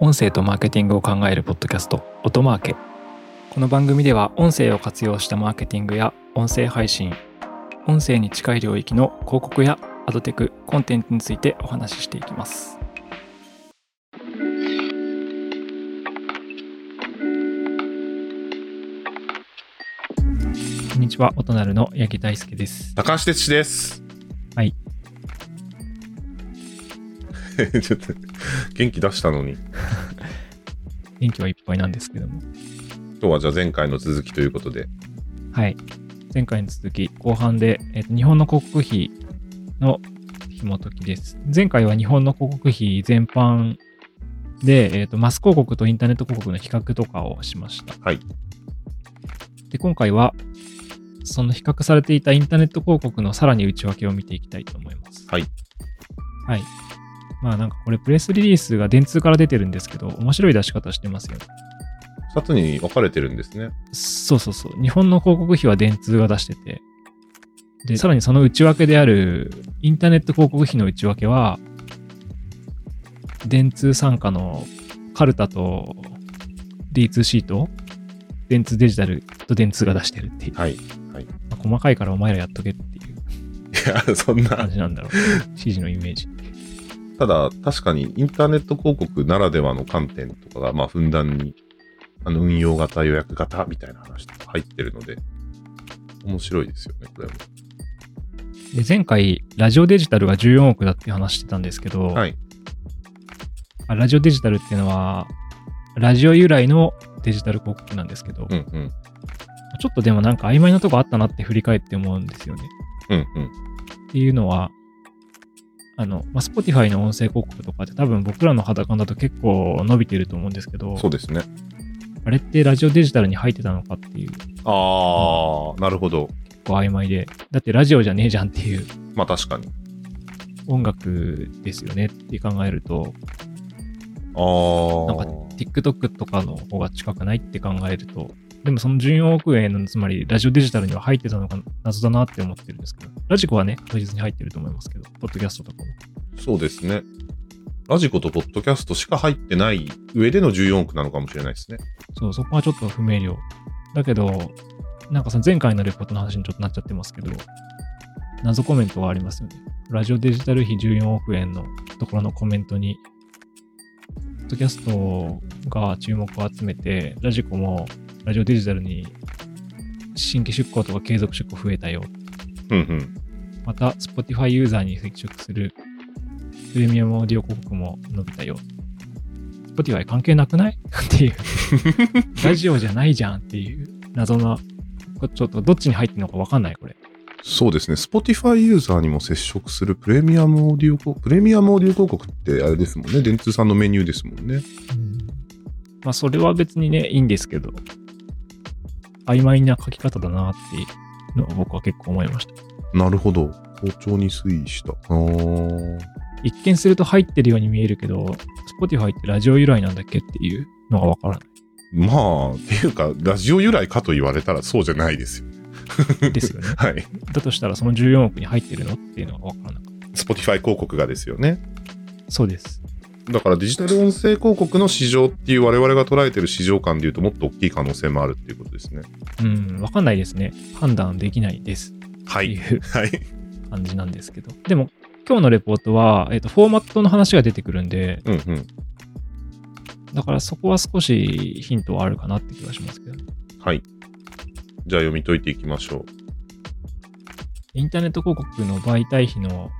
音声とマーケティングを考えるポッドキャスト音マーケこの番組では音声を活用したマーケティングや音声配信音声に近い領域の広告やアドテクコンテンツについてお話ししていきますこんにちは音なるの八木大輔です高橋哲司です。はい。 ちょっと、元気出したのに。元気はいっぱいなんですけども今日はじゃあ前回の続きということで。はい。前回に続き、後半で、えっと日本の広告費の紐解きです。前回は日本の広告費全般で、えっとマス広告とインターネット広告の比較とかをしました。はい。で、今回は、その比較されていたインターネット広告のさらに内訳を見ていきたいと思います。はい。はい。まあなんかこれプレスリリースが電通から出てるんですけど、面白い出し方してますよね。二つに分かれてるんですね。そうそうそう。日本の広告費は電通が出してて、で、さらにその内訳である、インターネット広告費の内訳は、電通傘下のカルタと D2C と電通デジタルと電通が出してるっていう。はい。いまあ細かいからお前らやっとけっていうや、そんな感。じなんだろう。指示のイメージ。ただ、確かにインターネット広告ならではの観点とかが、まあ、ふんだんに、あの、運用型、予約型みたいな話とか入ってるので、面白いですよね、これも。で、前回、ラジオデジタルが14億だっていう話してたんですけど、はい。あラジオデジタルっていうのは、ラジオ由来のデジタル広告なんですけど、うんうん。ちょっとでもなんか曖昧なとこあったなって振り返って思うんですよね。うんうん。っていうのは、あの、まあ、Spotify の音声広告とかって多分僕らの肌感だと結構伸びてると思うんですけど、そうですね。あれってラジオデジタルに入ってたのかっていう、結あー、なるほど。構曖昧で、だってラジオじゃねえじゃんっていうまあ、確かに。音楽ですよねって考えると、あー。なんか TikTok とかの方が近くないって考えると、でもその14億円の、つまりラジオデジタルには入ってたのか謎だなって思ってるんですけど、ラジコはね、確実に入ってると思いますけど、ポッドキャストとかも。そうですね。ラジコとポッドキャストしか入ってない上での14億なのかもしれないですね。そう、そこはちょっと不明瞭。だけど、なんかその前回のレポートの話にちょっとなっちゃってますけど、謎コメントがありますよね。ラジオデジタル費14億円のところのコメントに、ポッドキャストが注目を集めて、ラジコもラジオデジタルに新規出向とか継続出向増えたよ。うんうん。また、Spotify ユーザーに接触するプレミアムオーディオ広告も伸びたよ。Spotify 関係なくない っていう。ラジオじゃないじゃんっていう謎な、こちょっとどっちに入ってるのかわかんない、これ。そうですね。Spotify ユーザーにも接触するプレミアムオーディオ広プレミアムオーディオ広告ってあれですもんね。電通さんのメニューですもんね。まあ、それは別にね、いいんですけど、曖昧な書き方だなっていうのは僕は結構思いました。なるほど。好調に推移した。あー一見すると入ってるように見えるけど、Spotify ってラジオ由来なんだっけっていうのがわからなまあ、っていうか、ラジオ由来かと言われたらそうじゃないですよ。。いですよねはい。だとしたらその14億に入ってるのっていうのがわからなかった Spotify 広告がですよね。そうです。だからデジタル音声広告の市場っていう我々が捉えてる市場感でいうともっと大きい可能性もあるっていうことですね。うん、わかんないですね。判断できないですっはてい。いうはい。感じなんですけど。でも、今日のレポートは、えっ、と、フォーマットの話が出てくるんで、うんうん。だからそこは少しヒントはあるかなって気がしますけど、ね、はい。じゃあ読み解いていきましょインターネット広告の媒体費の、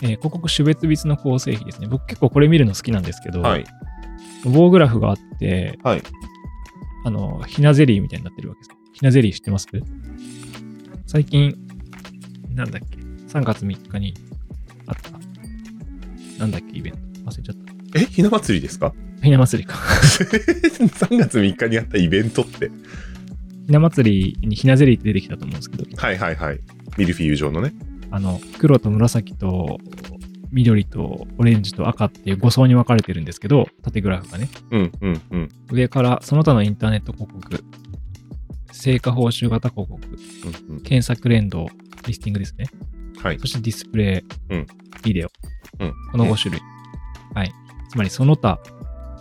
えー広告種別別の構成費ですね。僕結構これ見るの好きなんですけう。ど、はい。棒グラフがあって、はい。あの、ひなゼリーみたいになってるわけです。ひなゼリー知ってます最近、なんだっけ ?3 月3日にあった。なんだっけイベント。忘れちゃった。え、ひな祭りですか ひな祭りか。 ?3 月3日にあったイベントって。ひな祭りにひなゼリーって出てきたと思うんですけど、はいはいはい。ミルフィーユ状のね。あの、黒と紫と緑とオレンジと赤っていう5層に分かれてるんですけど、縦グラフがね。うんうんうん。上からその他のインターネット広告、成果報酬型広告、うん検索連動、リスティングですね。うん、はい。そしてディスプレイ、うんビデオ、うんこの5種類。はい。つまりその他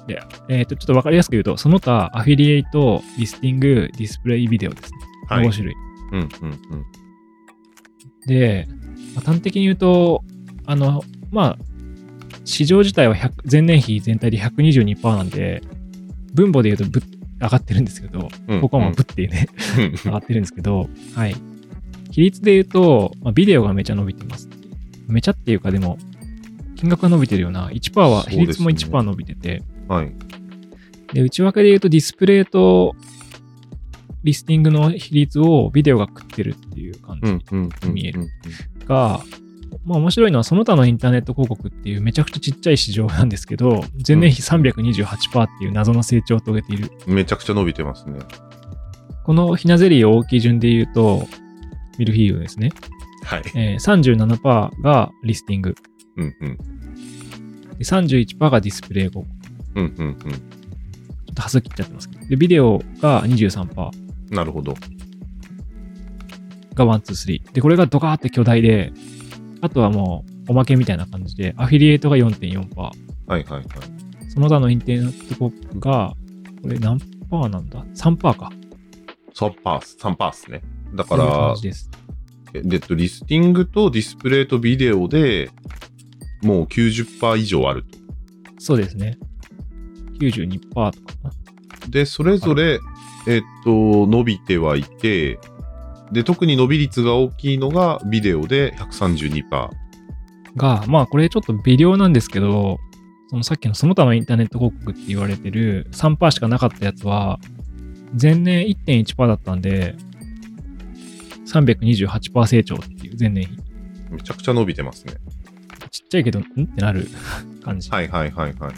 で、えっ、と、ちょっとわかりやすく言うと、その他、アフィリエイト、リスティング、ディスプレイビデオですね。はい。 5種類。うんうんうん。で、まあ端的に言うと、あの、まあ、市場自体は100前年比全体で122%なんで、分母で言うとぶっ上がってるんですけど、うんここはまあぶっていうね、うん上がってるんですけど、はい。比率で言うと、まあ、ビデオがめちゃ伸びてます。めちゃっていうか、でも、金額が伸びてるような、1%は、そうですね比率も1%伸びてて、はい。で、内訳で言うとディスプレイとリスティングの比率をビデオが食ってるっていう感うじんうんうん。見える。が、まあ面白いのはその他のインターネット広告っていうめちゃくちゃちっちゃい市場なんですけど、前年比328%っていう謎の成長を遂げている。めちゃくちゃ伸びてますね。このひなゼリーを大きい順で言うと、ミルフィーユですね。はい。えー、37%がリスティング、うんうん。で31%がディスプレイ広告。うんうんうん。ちょっとはす切っちゃってますけど。で、ビデオが23%なるほど。が123。で、これがドカーって巨大で、あとはもうおまけみたいな感じで、アフィリエイトが4.4%。はいはいはい。その他のインテーネット広告が、これ何パーなんだ ?3 パーか。 3パース、3パースね。だかそういうら感じ、です。えでとリスティングとディスプレイとビデオでもう90%以上あると。そうですね。92%とかな。で、それぞれ、えっと、伸びてはいて、で、特に伸び率が大きいのがビデオで132%。が、まあこれちょっと微量なんですけど、そのさっきのその他のインターネット広告って言われてる3%しかなかったやつは、前年1.1%だったんで、328%成長っていう前年比。めちゃくちゃ伸びてますね。ちっちゃいけど、んってなる感じ。はいはいはいはい。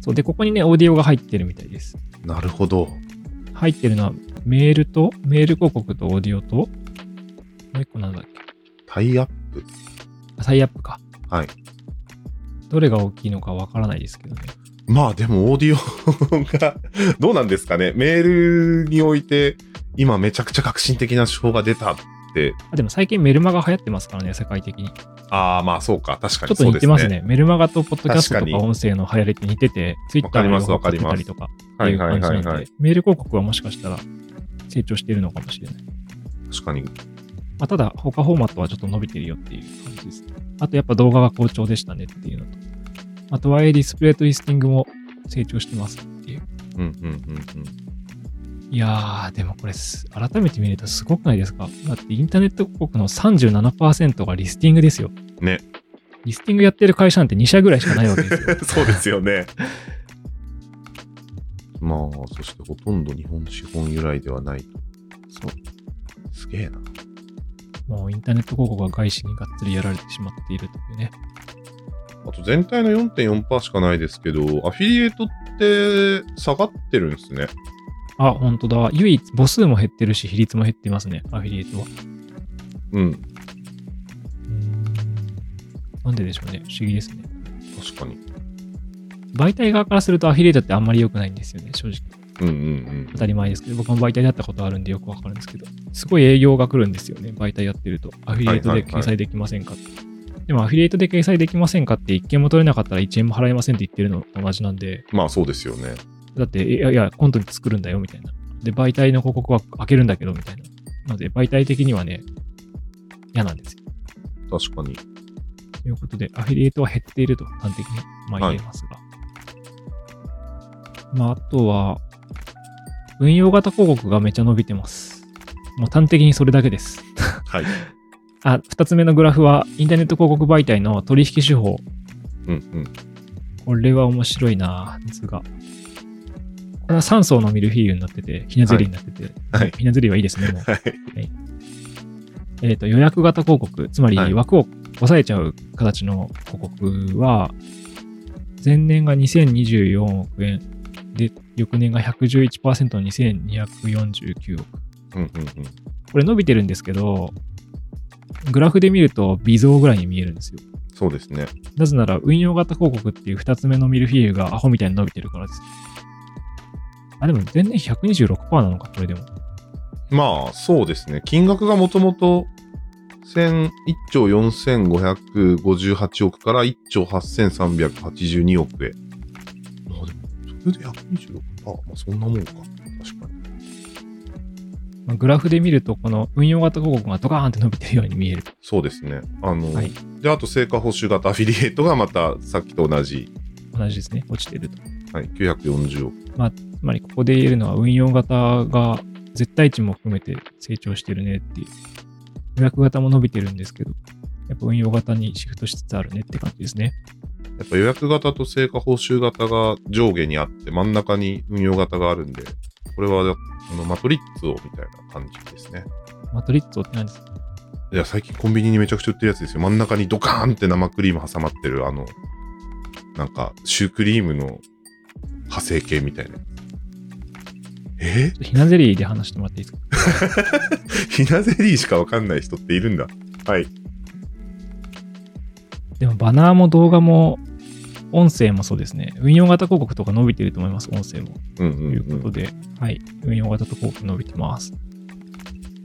そう。で、ここにね、オーディオが入ってるみたいです。なるほど。入ってるのはメールと、メール広告とオーディオと、もう一個なんだっけタイアップ。あタイアップか。はい。どれが大きいのかわからないですけどね。まあでもオーディオが、 どうなんですかね。メールにおいて、今めちゃくちゃ革新的な手法が出たって。あでも最近メルマガ流行ってますからね、世界的に。ちああ、まあそうか。確かょにっとそう似でてすね。ますね。メルマガとポッドキャストと確かかに音声の流行りって似てて、ツイッターわかりますたりとかってはいいうは感いじはないんで、はい。メール広告はもしかしたら成長してるのかもしれない。確かに。まあ、ただ、他フォーマットはちょっと伸びてるよっていう感じですね。あと、やっぱ動画が好調でしたねっていうのと。あと、YA ディスプレイとリスティングも成長してますっていう。うんうんうんうん。いやー、でもこれす、改めて見るとすごくないですかだってインターネット広告の37%がリスティングですよ。ね。リスティングやってる会社なんて2社ぐらいしかないわけですよ。 そうですよね。まあ、そしてほとんど日本資本由来ではないと。そう。すげえな。もうインターネット広告は外資にがっつりやられてしまっているというね。あと全体の4.4%しかないですけど、アフィリエイトって下がってるんですね。あ、本当だ。唯一母数も減ってるし、比率も減ってますね。アフィリエイトは。うん、うーんなんででしょうね。不思議ですね。確かに。媒体側からするとアフィリエイトってあんまり良くないんですよね。正直。うんうん当たり前ですけど、僕も媒体だったことあるんでよくわかるんですけど、すごい営業が来るんですよね、媒体やってると。アフィリエイトはいではいはい掲載できませんかって。でも、アフィリエイトで掲載できませんかって、1件も取れなかったら1円も払えませんって言ってるのと同じなんで、うん。まあそうですよね。だって、いやいや、コントに作るんだよみたいな。で、媒体の広告は開けるんだけどみたいな。なので、媒体的にはね、嫌なんですよ。確かに。ということで、アフィリエイトは減っていると、端的に、まあはい言えますが。まあ、あとは、運用型広告がめちゃ伸びてます。もう端的にそれだけです。 はい。あ、二つ目のグラフは、インターネット広告媒体の取引手法。うんうん。これは面白いな図が。これは3層のミルフィーユになってて、ひなゼリーになってて、はいひなゼリーはいいですね、もう。 はい。えー、と予約型広告、つまりはい枠を抑えちゃう形の広告は、前年が2024億円で、翌年が111%の2249億。うんうんうん。これ伸びてるんですけど、グラフで見ると微増ぐらいに見えるんですよ。そうですね。なぜなら運用型広告っていう2つ目のミルフィーユがアホみたいに伸びてるからです。あ、でも前年比126%なのか、これでも。まあそうですね。金額がもともと1000 1兆4558億から1兆8382億へ。まあでも、それで126%、まあそんなもんか。確かに。まあ、グラフで見ると、この運用型広告がドカーンって伸びてるように見える。そうですね。あの、はいで、あと成果報酬型アフィリエイトがまたさっきと同じ、同じですね。落ちてると。はい、940億。つまり、ここで言えるのは運用型が絶対値も含めて成長してるねっていう。予約型も伸びてるんですけど、やっぱ運用型にシフトしつつあるねって感じですね。やっぱ予約型と成果報酬型が上下にあって、真ん中に運用型があるんで、これはあのマトリッツォみたいな感じですね。マトリッツォって何ですかいや、最近コンビニにめちゃくちゃ売ってるやつですよ。真ん中にドカーンって生クリーム挟まってる、あの、なんか、シュークリームの派生系みたいな。え ひなゼリーで話してもらっていいですかひなゼリーしかわかんない人っているんだ。はい。でもバナーも動画も音声もそうですね。運用型広告とか伸びてると思います、音声も。うんとうんいううこんと。で、はい。運用型と広告伸びてます。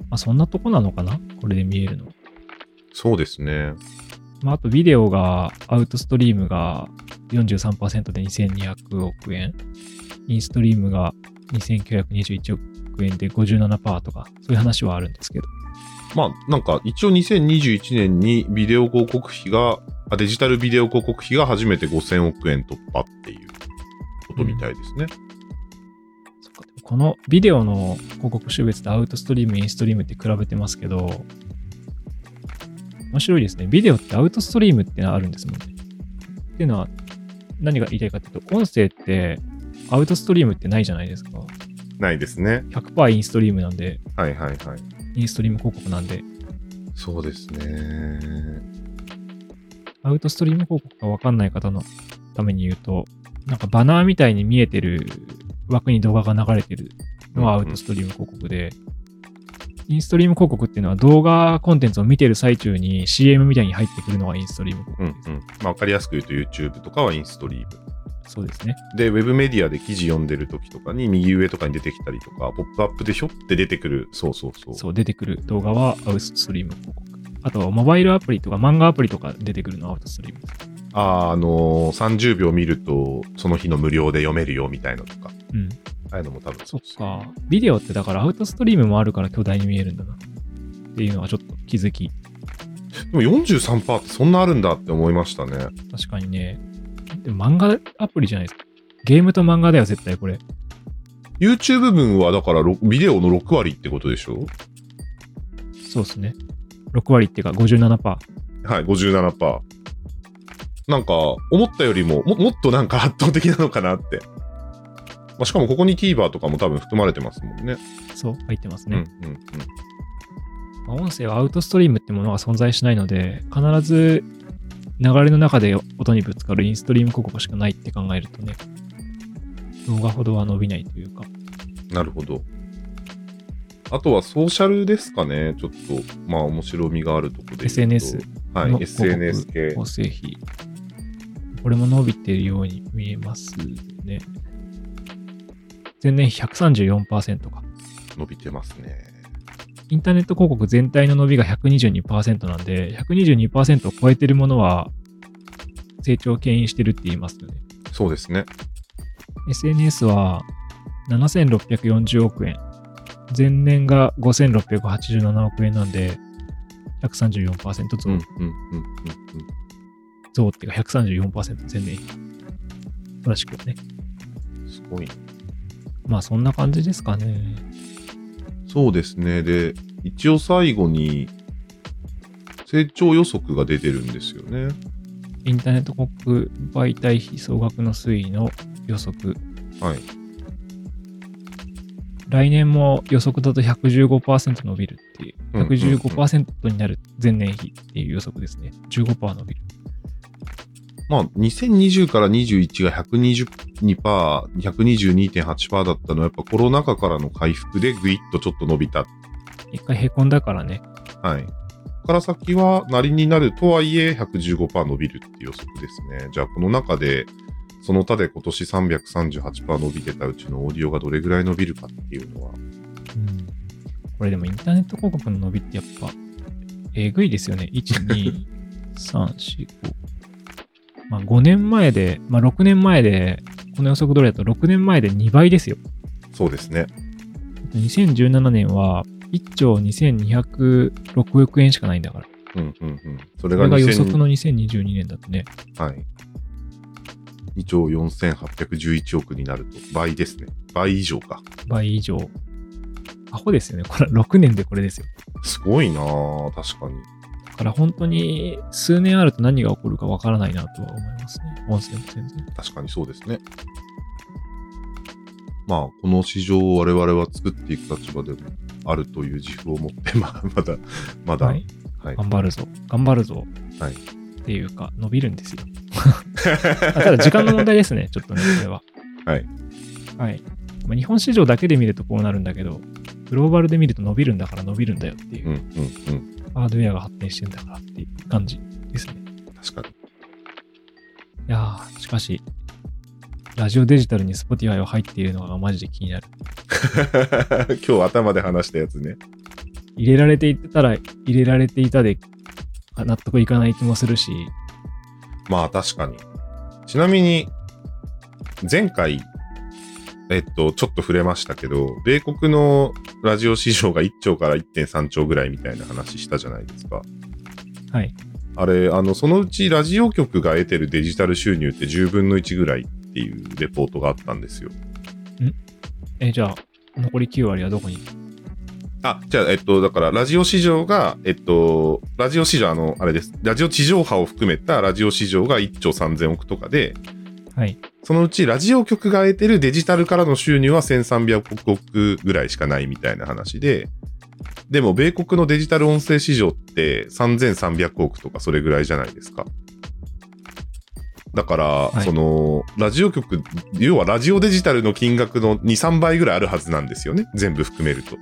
まあ、そんなとこなのかなこれで見えるの。そうですね。まあ、あとビデオが、アウトストリームが43%で2200億円。インストリームが2921億円で57%とか、そういう話はあるんですけど。まあ、なんか、一応2021年にビデオ広告費が、あデジタルビデオ広告費が初めて5000億円突破っていうことみたいですね。そっかこのビデオの広告種別とアウトストリーム、インストリームって比べてますけど、面白いですね。ビデオってアウトストリームってのあるんですもんね。っていうのは、何が言いたいかっていうと、音声ってアウトストリームってないじゃないですか。ないですね。 100%インストリームなんで、はいはいはい。インストリーム広告なんで、そうですね。アウトストリーム広告がわかんない方のために言うと、なんかバナーみたいに見えてる枠に動画が流れてるのはアウトストリーム広告で、インストリーム広告っていうのは動画コンテンツを見てる最中に CM みたいに入ってくるのがインストリーム広うん告うんです。。まあ、わかりやすく言うと YouTube とかはインストリーム。そうですね。で、ウェブメディアで記事読んでる時とかに右上とかに出てきたりとか、ポップアップでひょって出てくる。そうそうそう。そう、出てくる動画はアウトストリーム広告。あと、モバイルアプリとか漫画アプリとか出てくるのはアウトストリーム。あー、あのー30秒見ると、その日の無料で読めるよみたいなとか。うん。ああいうのも多分そっですよか。ビデオってだからアウトストリームもあるから巨大に見えるんだな。っていうのはちょっと気づき。でも43%ってそんなあるんだって思いましたね。確かにね。でも漫画アプリじゃないですか。ゲームと漫画だよ、絶対これ。 YouTube 分はだからろビデオの6割ってことでしょそうですね。6割っていうか57%。はい、57%。なんか、思ったよりもも、もっとなんか圧倒的なのかなって。まあ、しかもここに TVer とかも多分含まれてますもんね。そう、入ってますうんね。うんうん。まあ音声はアウトストリームってものが存在しないので、必ず流れの中で音にぶつかるインストリーム広告しかないって考えるとね、動画ほどは伸びないというか。なるほど。あとはソーシャルですかね。ちょっと、まあ、面白みがあるところで言うと。 SNS。はのい、SNS 系。構成費。これも伸びてるように見えますね。前年比134%か。伸びてますね。インターネット広告全体の伸びが122%なんで、122%を超えてるものは成長を牽引してるって言いますよね。そうですね。 SNS は7640億円。前年が5687億円なんで、134%増、うんうんうんうんうん。増っていうか134%前年。正しくはね。すごいねまあそんな感じですかね。そうですね。で、一応最後に、成長予測が出てるんですよね。インターネット広告媒体費総額の推移の予測。はい。来年も予測だと115%伸びるっていう、うんうんうん115%になる前年比っていう予測ですね。15%伸びる。まあ、2020から21が122%、122.8%だったのは、やっぱコロナ禍からの回復でぐいっとちょっと伸びた。一回へこんだからね。はい。ここから先は、なりになるとはいえ、115%伸びるっていう予測ですね。じゃあ、この中で、その他で今年338%伸びてたうちのオーディオがどれぐらい伸びるかっていうのは、うん。これでもインターネット広告の伸びってやっぱ、えぐいですよね。1、2、3、4、5。まあ5年前で、まあ6年前でこの予測通りだと6年前で2倍ですよ。そうですね。 2017年は1兆2206億円しかないんだから。うんうんうん。それこがれが予2000測の2022年だってね。はい。2兆4811億になると倍ですね。倍以上か。倍以上。アホですよね。これ6年でこれですよ。すごいなあ確かに。だから本当に数年あると何が起こるかわからないなとは思いますね。音声も全然。確かにそうですね。まあ、この市場を我々は作っていく立場でもあるという自負を持って、 まあ、まだ、まだ、ははいい。。頑張るぞ。頑張るぞ。はいっていうか、伸びるんですよ。 あただ時間の問題ですね。ちょっとね、これは。はい。はい。まあ、日本市場だけで見るとこうなるんだけど、グローバルで見ると伸びるんだから伸びるんだよっていううん、うん、うん。ハードウェアが発展してんだからっていう感じですね。確かに。 いやー、しかし、ラジオデジタルに Spotify は入っているのがマジで気になる。今日頭で話したやつね。入れられていたら、入れられていたで、あ納得いかない気もするし、まあ確かに。ちなみに、前回、えっと、ちょっと触れましたけど、米国のラジオ市場が1兆から1.3兆ぐらいみたいな話したじゃないですか。はい。あれ、あの、そのうちラジオ局が得てるデジタル収入って10分の1ぐらいっていうレポートがあったんですよ。え、じゃあ、残り9割はどこにあ、じゃあ、えっと、だから、ラジオ市場が、えっと、ラジオ市場、あの、あれです。ラジオ地上波を含めたラジオ市場が1兆3000億とかで、はい。そのうちラジオ局が得てるデジタルからの収入は1300億ぐらいしかないみたいな話で、でも米国のデジタル音声市場って3300億とかそれぐらいじゃないですか。だから、いその、ラジオ局、要はラジオデジタルの金額の2、3倍ぐらいあるはずなんですよね。全部含めると。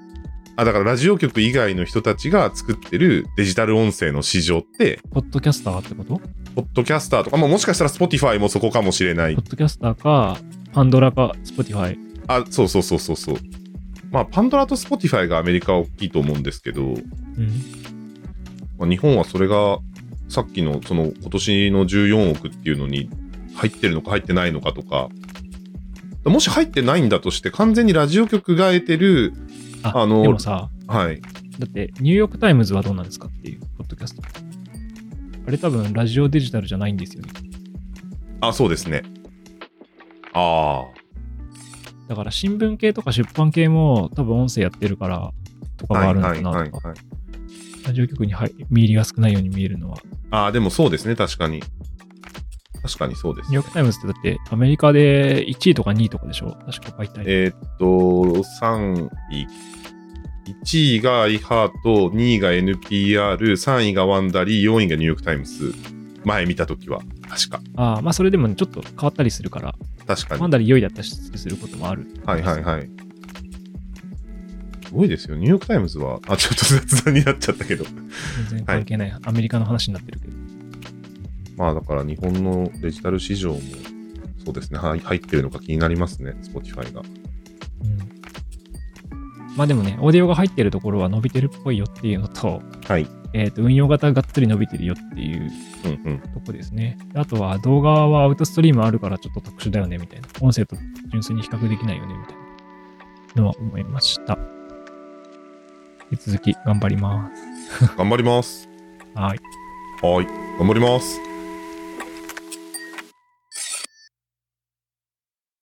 あ、だからラジオ局以外の人たちが作ってるデジタル音声の市場って、ポッドキャスターってことポポッドキャスターとか、まあ、もしかしたら Spotify もそこかもしれないッドキャスターか、パンドラか、Spotify。あ、そうそうそうそうそう。まあ、パンドラとスポティファイがアメリカは大きいと思うんですけど、うん。まあ、日本はそれがさっきのその今年の14億っていうのに入ってるのか入ってないのかとか、もし入ってないんだとして、完全にラジオ局が得てる、あ、あのでもさ、はい。だって、ニューヨークタイムズはどうなんですかっていう、ポッドキャスト。あれ多分、ラジオデジタルじゃないんですよね。あ、そうですね。ああ、だから、新聞系とか出版系も、多分音声やってるから、とかはがあいるのはかないはいとか、はい。ラジオ局に入見入りが少ないように見えるのは。ああ、でもそうですね、確かに。確かにそうでニューすヨねーク。タイムズってだって、アメリカで1位とか2位とかでしょ確か媒体。えーっと、3位。1位がイハート、2位が NPR、3位がワンダリー、4位がニューヨークタイムズ。前見たときは、確か。ああ、まあそれでもね、ちょっと変わったりするから、確かにワン。ダリ良いだったりすることもある。はいはいはい。すごいですよ。ニューヨークタイムズは、あ、ちょっと雑談になっちゃったけど。全然関係ない、アメリカの話になってるけど。まあだから日本のデジタル市場も、そうですね。はい入ってるのか気になりますね。Spotify が。うんまあでもね、オーディオが入ってるところは伸びてるっぽいよっていうのと、はい。えっ、と、運用型がっつり伸びてるよっていううんうん。とこですね。であとは動画はアウトストリームあるからちょっと特殊だよねみたいな。音声と純粋に比較できないよねみたいなのは思いました。引き続き頑張ります。頑張ります。はい。はい。頑張ります。